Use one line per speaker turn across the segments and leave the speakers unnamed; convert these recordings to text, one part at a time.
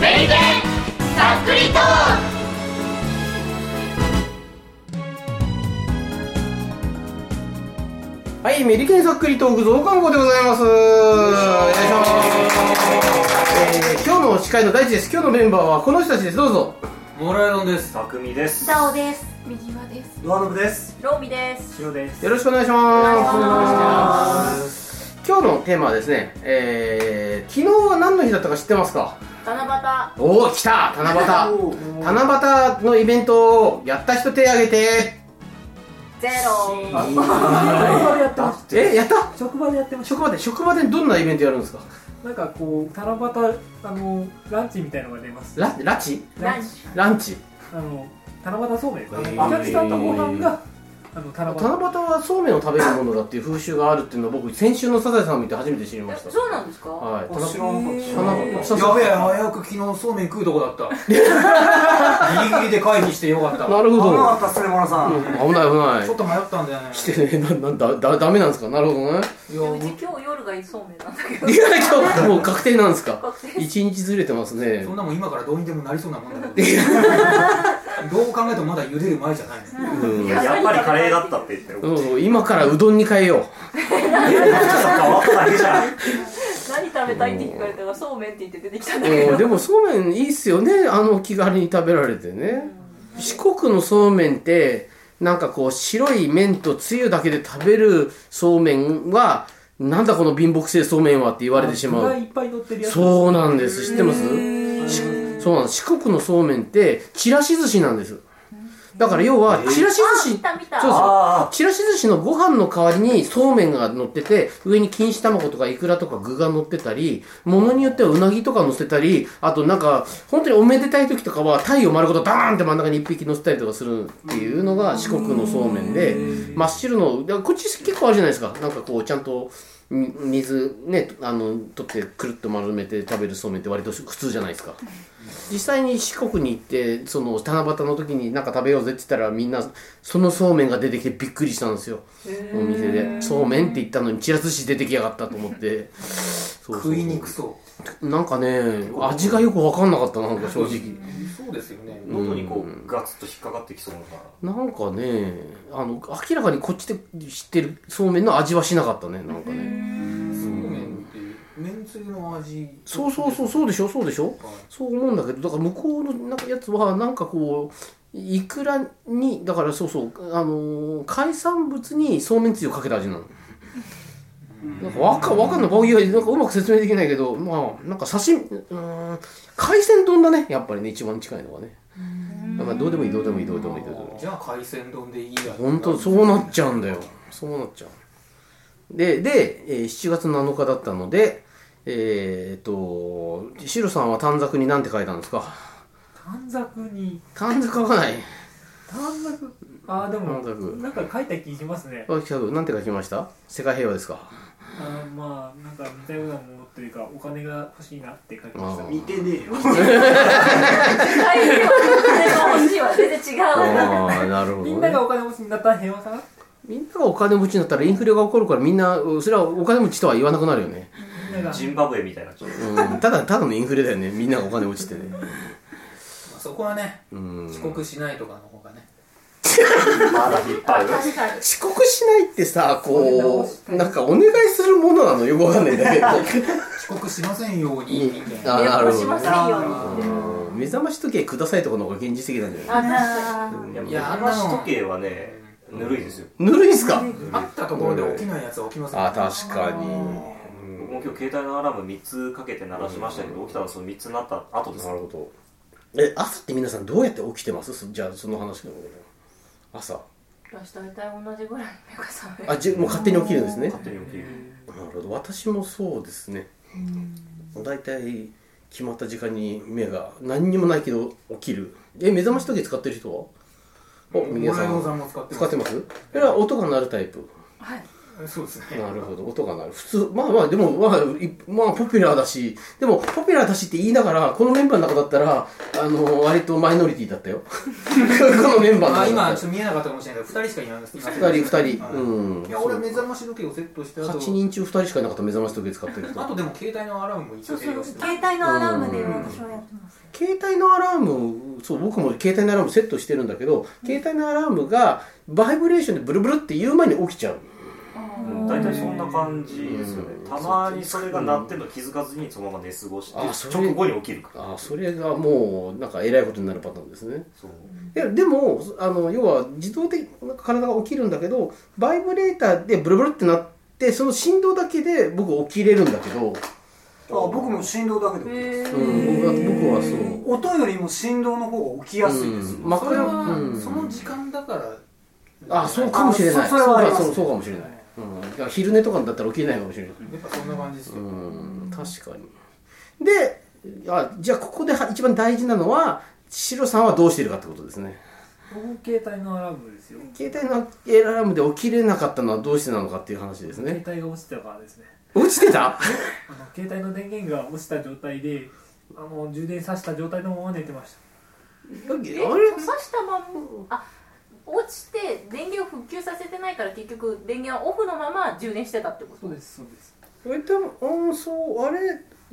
メリケンさっくりトー
はい、メリケンそっくりトーク増刊号でございます。お願いします。えー今日の司会の大地です。今日のメンバーはこの人たちです。どうぞ。
モライドンです。
匠です。
ザオです
右輪です。
ドアノブです。
ローミです。
塩です。
よろしくお願いします。今日のテーマはですね、えー、昨日は何の日だったか知ってますか
七
おお、来た七夕七夕のイベントをやった人手挙げて
夕ゼロ。
職場でやってます。
え、やった
職場でやってまし
職場で、職場でどんなイベントやるんですか
た。なんかこう七夕あのランチみたいのが出ます。
ラ、ラチ
ランチ。
ランチ
あの七夕そうめんです
へ
ね。
ー
お客さんとご飯があの
七
七
夕はそうめんを食べるものだっていう風習があるっていうのは僕先週のサザエさんを見て初めて知りました
そうなんですか？
はい、田中
らん
田
か
中そうそう
やべえ、早く昨日そうめん食うとこだ った。ギリギリで回避してよかった。
なるほど
危なかったっすね、モラさん。
うん危ない危ない
ちょっと迷ったんだよね。
してね、 ななんだだダメなんですかなるほどね
いや
うち今日夜がいいそうめんなんだけど。
意外ともう確定なんですか
確定
一日ずれてますね
そんなもん今からどうにでもなりそうなもんだ けど。どう考えてもまだ茹でる前じゃない。
うん
やっぱりカレーだったって言ってる。
うん、今からうどんに変えよ
変わっただけじゃん。
何食べたいって聞かれたらそうめんって言って出てきたん
う、
だけ
うん、
ど。
でもそうめんいいっすよねあの気軽に食べられてね四国のそうめんってなんかこう白い麺とつゆだけで食べるそうめんはなんだこの貧乏くせえそうめんはって言われてしま
具が
う
いっぱい乗ってるやつ。
そうなんです知ってますしそうなんです四国のそうめんってちらし寿司なんですだから要はちらし寿司
見た見た。
そう
あ
そうちらし寿司のご飯の代わりにそうめんが乗ってて上に錦糸卵とかイクラとか具が乗ってたりものによってはうなぎとか乗せたりあとなんか本当におめでたい時とかは鯛を丸ごとダーンって真ん中に1匹乗せたりとかするっていうのが四国のそうめんで真っ白のでこっち結構あるじゃないですかなんかこうちゃんとみ水ねあの取ってくるっと丸めて食べるそうめんって割と普通じゃないですか実際に四国に行ってその七夕の時になんか食べようぜって言ったらみんなそのそうめんが出てきてびっくりしたんですよお店でそうめんって言ったのにちらずし出てきやがったと思ってそうそう
食いにくそう。
なんかね味がよく分かんなかったななんか正直
そうですよね。
喉にこうガツッと引っかかってきそうだから。
なんかねあの明らかにこっちで知ってるそうめんの味はしなかったねなんかね
そうめんって麺つゆの味。
そうそうそうそうでしょそうでしょそう思うんだけどだから向こうのなんかやつはなんかこういくらにだからそうそうあのー海産物にそうめんつゆをかけた味なの。なんかわかわかんないこういうなんかうまく説明できないけどまあなんか刺身うーん海鮮丼だねやっぱりね一番近いのがね。まあどうでもいいどうでもいいどうでもいいどうでもいい。
じゃあ海鮮丼でいいや。
本当そうなっちゃうんだよそうなっちゃうでで、えー7月7日だったのでえー、っとシロさんは短冊に何て書いたんですか
短冊に
短冊書かない
短冊あーでも
短冊
なんか書いた気しますね。
あ企画何て書きました世界平和ですか
あーまあなんか似たようなものというかお金が欲しいなって書きまし
あ
た。
ー
てねえよ。
大量の欲しいわ全然違う。
ああなるほど、ね、
みんながお金持ちになったら平和かな。
みんながお金持ちになったらインフレが起こるからみんなうんそれはお金持ちとは言わなくなるよね、
みんなが
ジンバブエみたいなちょっと。
うん、ただただのインフレだよねみんながお金持ちってね
まあそこはね、
うん
遅刻しないとかの方がね。
まだ引っ張る。
確かに。
遅刻しないってさこうなんかお願いするものなのよくわかんないんだけど
遅刻しませんようにみたいな。
あなる
旅行し
ほど
ま
ね
せんよう に。
うん目覚まし時計くださいとかの方が現実的なんじゃない
あ確かに。
いや、
い
い
や
や
あんなの
話時計はね、ぬるいですよ。
ぬるいっすか
あったところで起きないやつは起きませんよ
あ確かに
僕も今日携帯のアラーム3つかけて鳴らしましたけど、起きたのその3つになった後です。
なるほどえ朝って皆さんどうやって起きてますそじゃあその話の方で朝
私大体同じぐらいに目が覚める。
あじもう勝手に起きるんですね
勝手に起きる。
なるほど私もそうですね大体決まった時間に目が何にもないけど起きるえ目覚まし時計使ってる人はお
モライオンさんも使って
使
ま
っ
す
てますそれは音が鳴るタイプ
はい。
そうですね
なるほど、音が鳴る。普通、まあまあ、でも、まあ、いまあ、ポピュラーだし、でも、ポピュラーだしって言いながら、このメンバーの中だったら、あの、割とマイノリティだ ったよ。このメンバーの
あ
中
今
だっ
ちょったと見えなかったかもしれないけど2人しかいないです
ら。二人、二人。
はい
うん。
いや俺目覚まし時計をセットしてあと
8人中2人しかいなかった目覚まし時計使ってる人
あとでも携帯のアラームも一
そ
応
うそ
併用
う
して
携帯のアラームで私はやってます
携帯のアラームをそう僕も携帯のアラームセットしてるんだけど携帯のアラームがバイブレーションでブルブルって言う前に起きちゃう
うん大体そんな感じですよね
うん
たまにそれが鳴ってるの気づかずにそのまま寝過ごして
あそれ
直後に起きるから
あそれがもうなんかえらいことになるパターンですね
そう
いやでもあの要は自動的なんか体が起きるんだけどバイブレーターでブルブルってなってその振動だけで僕起きれるんだけど、
僕も振動だけで
へ
うん、僕は
ー
僕はそう
音よりも振動の方が起きやすいです、
うん真っ
そ
赤
れ
な
は
うん
その時間だから
あそうかもしれない
あそそれはあります
そうかそうそうかもしれない、うん、だから昼寝とかだったら起きれないかもしれない
やっぱそんな感じですよ
うん確かにであじゃあここでは一番大事なのはシロさんはどうしているかってことですね
僕も携帯のアラームですよ
携帯のエラームで起きれなかったのはどうしてなのかっていう話です
携
ね
帯が落ちたからですね
落ちてた
あの携帯の電源が落ちた状態であの充電させた状態のまま寝てました
あれ
え刺したまんあ落ちて電源を復旧させてないから結局電源はオフのまま充電してたってこと
そうですそうです
えでもうんそうあれ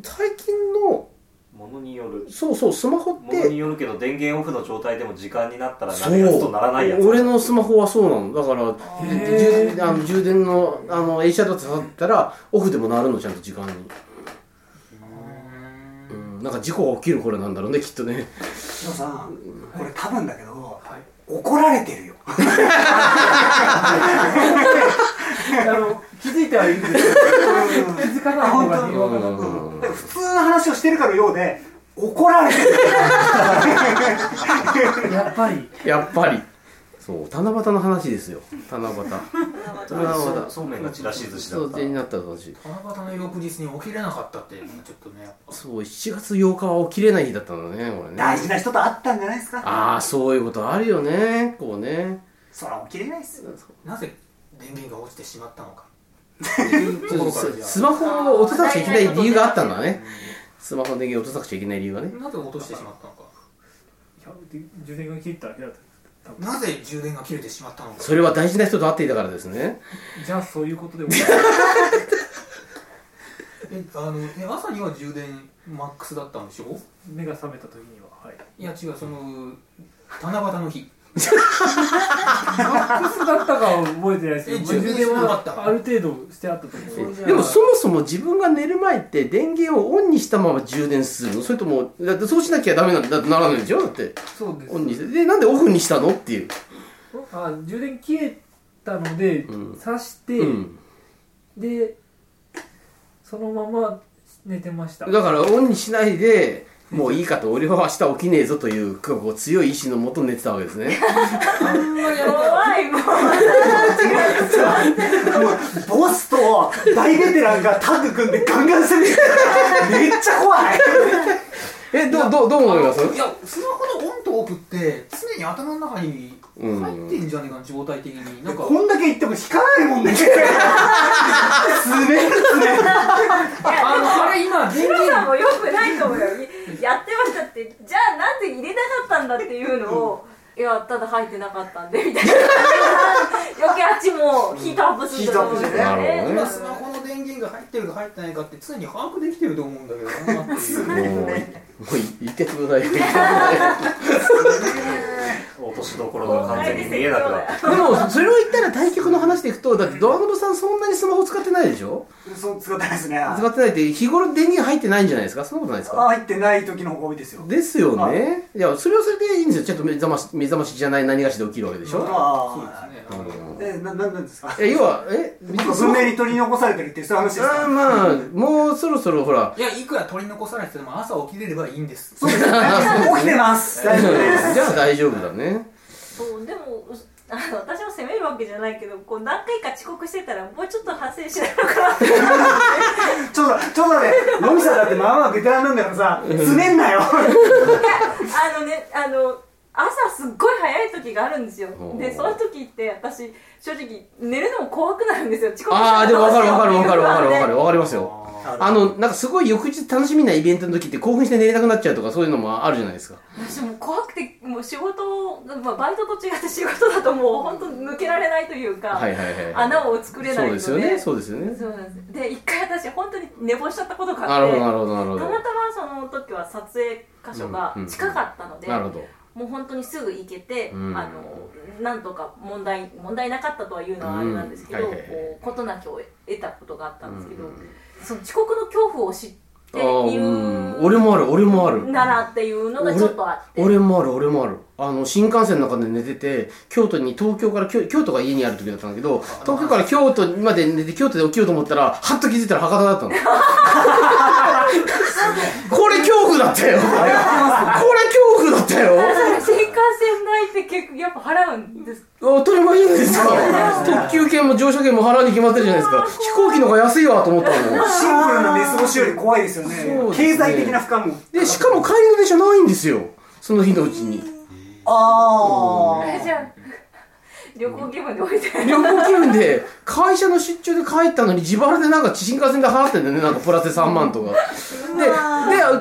最近の
ものによる
そうそうスマホっ
もの
て
によるけど電源オフの状態でも時間になったら
そ
鳴るやつと
う
ならないやつ
俺のスマホはそうなのだから
へー
充あの充電のあの A シャドウって刺さったらオフでもなるのちゃんと時間にうんなんか事故が起きる頃なんだろうねきっとね
シロさんこれ多分だけど、怒られてるよ
あの気づいてはいるんですけど 気づかない方が平和かな
う
と
ん
普通の話をしてるかのようで怒 られてる
やっぱり
やっぱり。そう、七夕の話ですよ。七夕。
そ
七
うそうめんがちらし寿司
夕。そ
だっ
う、
た
全になった話。
七夕の翌日に起きれなかったっていうのはちょっとねやっぱ
そう、7月8日は起きれない日だったのね、これね。
大事な人と会ったんじゃないですか
ああ、そういうことあるよね。こうね。
そら起きれないっす
なぜ電源が落ちてしまったの かっていうところからじゃ
スマホを落とさなくちゃいけない理由があったんだね。スマホの電源を落とさなくちゃいけない理由がね。
あなぜ落としてしまったのか
いやで充電が切っただけだった多分
なぜ充電が切れてしまったのか
それは大事な人と会っていたからですね。
じゃあそういうことでも
えあのえ朝には充電マックスだったんでしょ
目が覚めた時にははい
いや違うその七夕の日
マックスだったかは覚えてないですけ
え
ど
充電してなかった
ある程度してあったと思う
でもそもそも自分が寝る前って電源をオンにしたまま充電するのそれとも、だってそうしなきゃダメなんだってならないでしょだって。
そうです
オンにして。で、なんでオフにしたのっていう。
あ充電切れたので
うん
挿して、
うん。
でそのまま寝てました
だからオンにしないでもういいかと俺は明日起きねえぞというこう強い意志のもと寝てたわけですね
怖いもう
もうボスと大ベテランがタッグ組んでガンガン攻めてくるからめっちゃ怖い
えどうどうどう思います
いやスマホのオンとオフって常に頭の中に入ってんじゃねえかな状態的になんか
こんだけ言っても引かないもん ね滑る
あのあれ今電
皆さん
源
もよくないと思うよやってましたってじゃあなんで入れなかったんだっていうのをいやただ入ってなかったんでみたいな余計あっちもヒートアップすると思うんですよ
ヒートアップしてね
ね
今スマホの電源が入ってるか入ってないかって常に把握できてると思うんだ けどなっていう
もうもう言ってくださいで
落としどころが完全に見えなくなった
もそれを言ったら対局の話でいくとだってドアノブさんそんなにスマホ使ってないでしょ
そう使ってないですね
使ってないって日頃電源入ってないんじゃないですかそんなことないですか
入ってない時の方が多いですよ
ですよねいやそれはそれでいいんですよちょっと目覚まし目覚ましじゃない何がしで起きるわけでしょ、
あ
そうですね
う
あの
ん、
えななんなんですか
え要はえ
文明に取り残されてるってそういう話です
あー
か
まあもうそろそろほら
いや、いくら取り残されてても朝起きれればいいんです。
そうですね起きてます 大丈夫です
じゃあ大丈夫だね。
そうでもうあの私も責めるわけじゃないけどこう何回か遅刻してたらもうちょっと反省しないのかなって
ちょっとちょっとねロミさんだってまあまあベテランなんだからさ詰めんなよ
あのねあの朝すっごい早い時があるんですよ
ほう
でその時って私正直寝るのも怖くなるんですよ遅刻
ああ、でもわかるわかるわかるわかるわか
る
るわかりますよ。あの、なんかすごい翌日楽しみなイベントの時って興奮して寝れなくなっちゃうとかそういうのもあるじゃないですか。
私もう怖くてもう仕事を、まあ、バイトと違って仕事だともう本当抜けられないというか、
はいはいはいはい。
穴を作れない
そう
の
で
です
よね、そうですよね。
そうなんですで一回私本当に寝坊しちゃったことが
な
あっ
るほ
て
どなるほどなるほ
た
ど
ま。たまその時は撮影箇所が近かったので、
なるほど。
もう本当にすぐ行けて、
うん
あのなんとか問題問題なかったとは言うのはあれなんですけど、
うんはいはいはい
こう事なきを得たことがあったんですけど、
うん
その遅刻の恐怖を知って
ああ、。
いううん
俺もある、俺もある。
ならっていうのがちょっとあって
俺もある俺もあるあの新幹線の中で寝てて京都に東京から京京都が家にある時だったんだけど東京から京都まで寝て京都で起きようと思ったらはっと気づいたら博多だったのこれ恐怖だったよこれ恐怖だったよ
だから 新幹線代って結構やっぱ払うんです
当たり前じゃないですか特急券も乗車券も払うに決まってるじゃないですか飛行機の方が安いわと思ったの
シンプルな寝過ごしより怖いですよね
そうですね
経済的な負荷も
でしかも帰りの電車ないんですよその日のうちに
あ
えじゃあ旅行気分で置いて
旅行気分で会社の出張で帰ったのに自腹でなんか新幹線で払ってんだよねなんかプラスで3万とかでで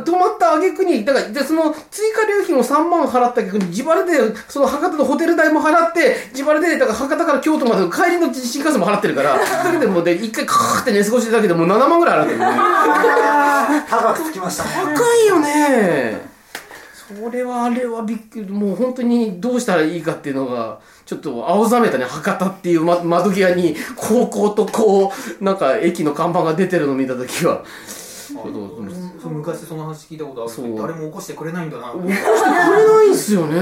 泊まった挙句にだからでその追加料金を3万払った挙句に自腹でその博多のホテル代も払って自腹でだから博多から京都までの帰りの新幹線も払ってるからだけでもうで一回カーって寝過ごしてるだけでもう7万ぐらい払ってるね
あ高くつきましたね
高いよねそれはあれはびっくりもう本当にどうしたらいいかっていうのがちょっと青ざめたね博多っていう、ま、窓際に高校とこうなんか駅の看板が出てるの見た時はちょっともう起
そう昔その話聞いたことあるけ
そう
ど誰も起こしてくれないんだな
こしてくれないんすよね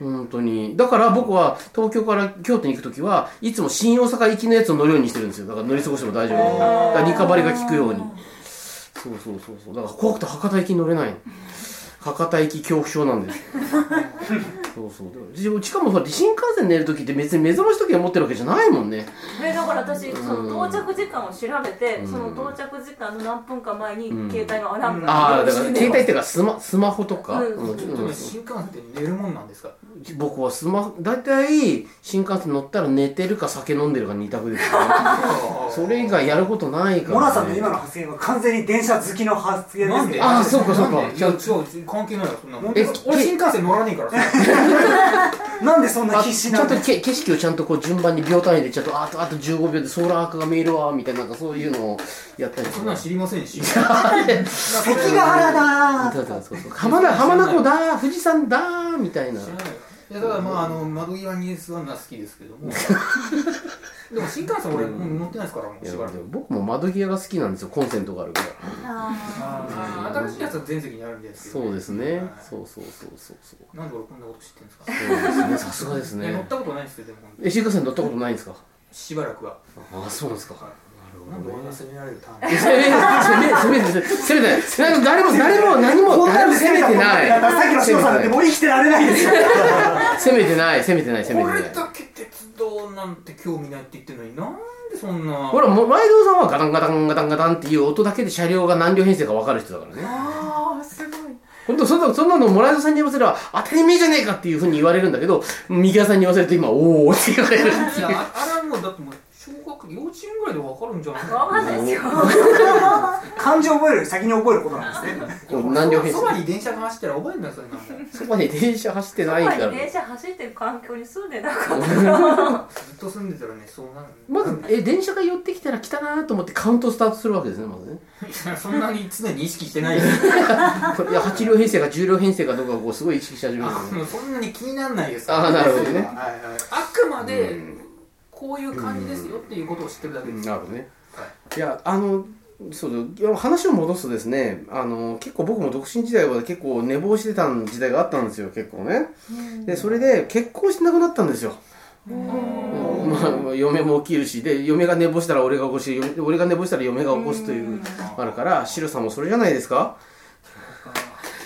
本当にだから僕は東京から京都に行く時はいつも新大阪行きのやつを乗るようにしてるんですよだから乗り過ごしても大丈夫だからリカバリが効くようにそうそうそうそうだから怖くて博多行きに乗れないの博多行き恐怖症なんですそうそうでしかもさ新幹線寝る時って別に目覚まし時計持ってるわけじゃないもんね
えだから私その到着時間を調べて、
うん
その到着時間の何分か前に
うん
携帯のアラームが
ああ
鳴
だ
る
から
んです
携
よ
帯っていうかスマスマホとか、
うん
うん
本当に新幹線って寝るもんなんですか
僕はスマホ大体新幹線乗ったら寝てるか酒飲んでるか二択です よねそれ以外やることないから、ね、
モナさんの今の発言は完全に電車好きの発言です
なん
ね
で
あーそうかそうか
なんでいや違う違う関係ないよそんなの
え
俺新幹線乗らねえから さ
なんでそんな
あ
必死
ち
な
ゃん
んで
とけ景色をちゃんとこう順番に秒単位でちゃんとあとあと15秒でソーラーアークが見えるわみたいななんかそういうのをやったりと
そん
か
なん知りませんし
関ヶ原だ
そうそうそうそう浜名浜名湖だー富士山だーみたいな
知らないいやただまああの窓際に座るのは好きですけど もでも新幹線俺もう乗ってないですからもう
いや
し
で
ば
も
らく
僕も窓際が好きなんですよコンセントがあるから
あー新しいやつは全席にあるんですけど
そうですね
はい
そうそうそうそうそう
なんで俺こんなこと知ってるんですか
そうですねさすがです
いや乗っ
ね
たことないですよでも
え新幹線乗ったことないんですか
しばらくは
ああそうなんですか
なんで俺が責められるター
攻
ン
め、攻め、攻め、攻めてない。なんか誰も、誰も、何も、
こんな
誰
の
も攻めてない。
さっき
攻
の塩さんだっ
め
てもう生きてられないですよ
てない、攻めてない、攻めてない攻め
俺
てない。
だけ鉄道なんて興味ないって言ってるのになんでそんな
ほら、もうライドウさんはガタンガタンガタンガタンっていう音だけで車両が何両編成か分かる人だからね。
ああすごい
ほんと、そんな、そんなのモライドさんに言わせれば当たり前じゃねえかっていうふうに言われるんだけど、右側さんに言わせると今、おーって言われる って
い
い
や
う。
ああれはもうだってもう小学幼稚園ぐらいでわかるんじゃない
わかんないですよ
漢字覚えるより先に覚えることなんですね
こう何両編
そば
成。
に電車が走ったら覚えんないそれなんも
そこまで電車走ってない
や
か
っぱ
ら
り。電車走ってる環境に住んでなかっ
ずっと住んでたらねそうなる
まず、え、電車が寄ってきたら来たなと思ってカウントスタートするわけですね、ま ずね。
いやそんなに常に意識してないよ
いや8両編成か10両編成かどうかをこうすごい意識し始める
あもうそんなに気にならないです
あーなるほどね
はいはいあくまでこういう感じですよっていうことを知ってるだけです
なるほどね、い、やあのそうだ話を戻すとですねあの結構僕も独身時代は結構寝坊してた時代があったんですよ結構ねでそれで結婚してなくなったんですよまあ、嫁も起きるしで嫁が寝坊したら俺が起こし嫁俺が寝坊したら嫁が起こすというあるからシロさんもそれじゃないですか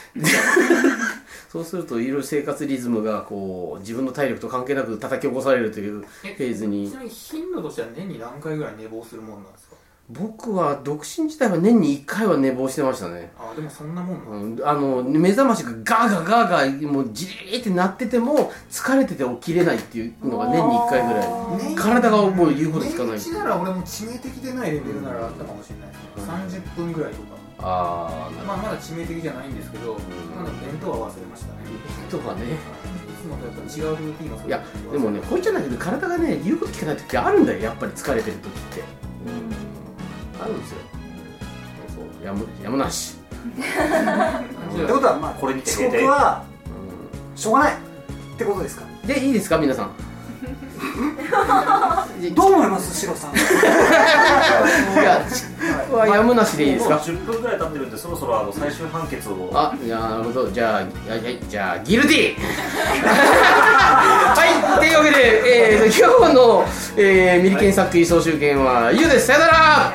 そうするといろいろ生活リズムがこう自分の体力と関係なく叩き起こされるというフェーズに
ちなみに頻度としては年に何回ぐらい寝坊するもんなんですか
僕は独身時代は年に1回は寝坊してましたね
あでもそんなもん
う
な
んあの目覚ましがガーガーガーガーもうじりーってなってても疲れてて起きれないっていうのが年に1回ぐらい体がもう言うこと聞かない
年一なら俺も致命的でないレベルならあったかもしれないです、30分ぐらいとか
ああなる
まあまだ致命的じゃないんですけど、まだ弁当は忘れましたね
ほどとかね
いつもとやっぱ違うルーティンがそれ
いやでもねこういっちゃないけど体がね言うこと聞かない時あるんだよやっぱり疲れてる時ってあるんですよそうやむやむなし
ってことはまあ
これにつ
遅
けて
刻はしょうがないってことですか
でいいですか皆さん
どう思いますシロさん
いや遅刻はやむなしでいいですか
もう10分ぐらい経ってるんでそろそろあの最終判決を
あ、なるほど。じゃあ、はいはい、じゃあ、ギルティーはい、というわけで、えー、今日の、えー、ミリケンサック総集権は、ゆうです。さよなら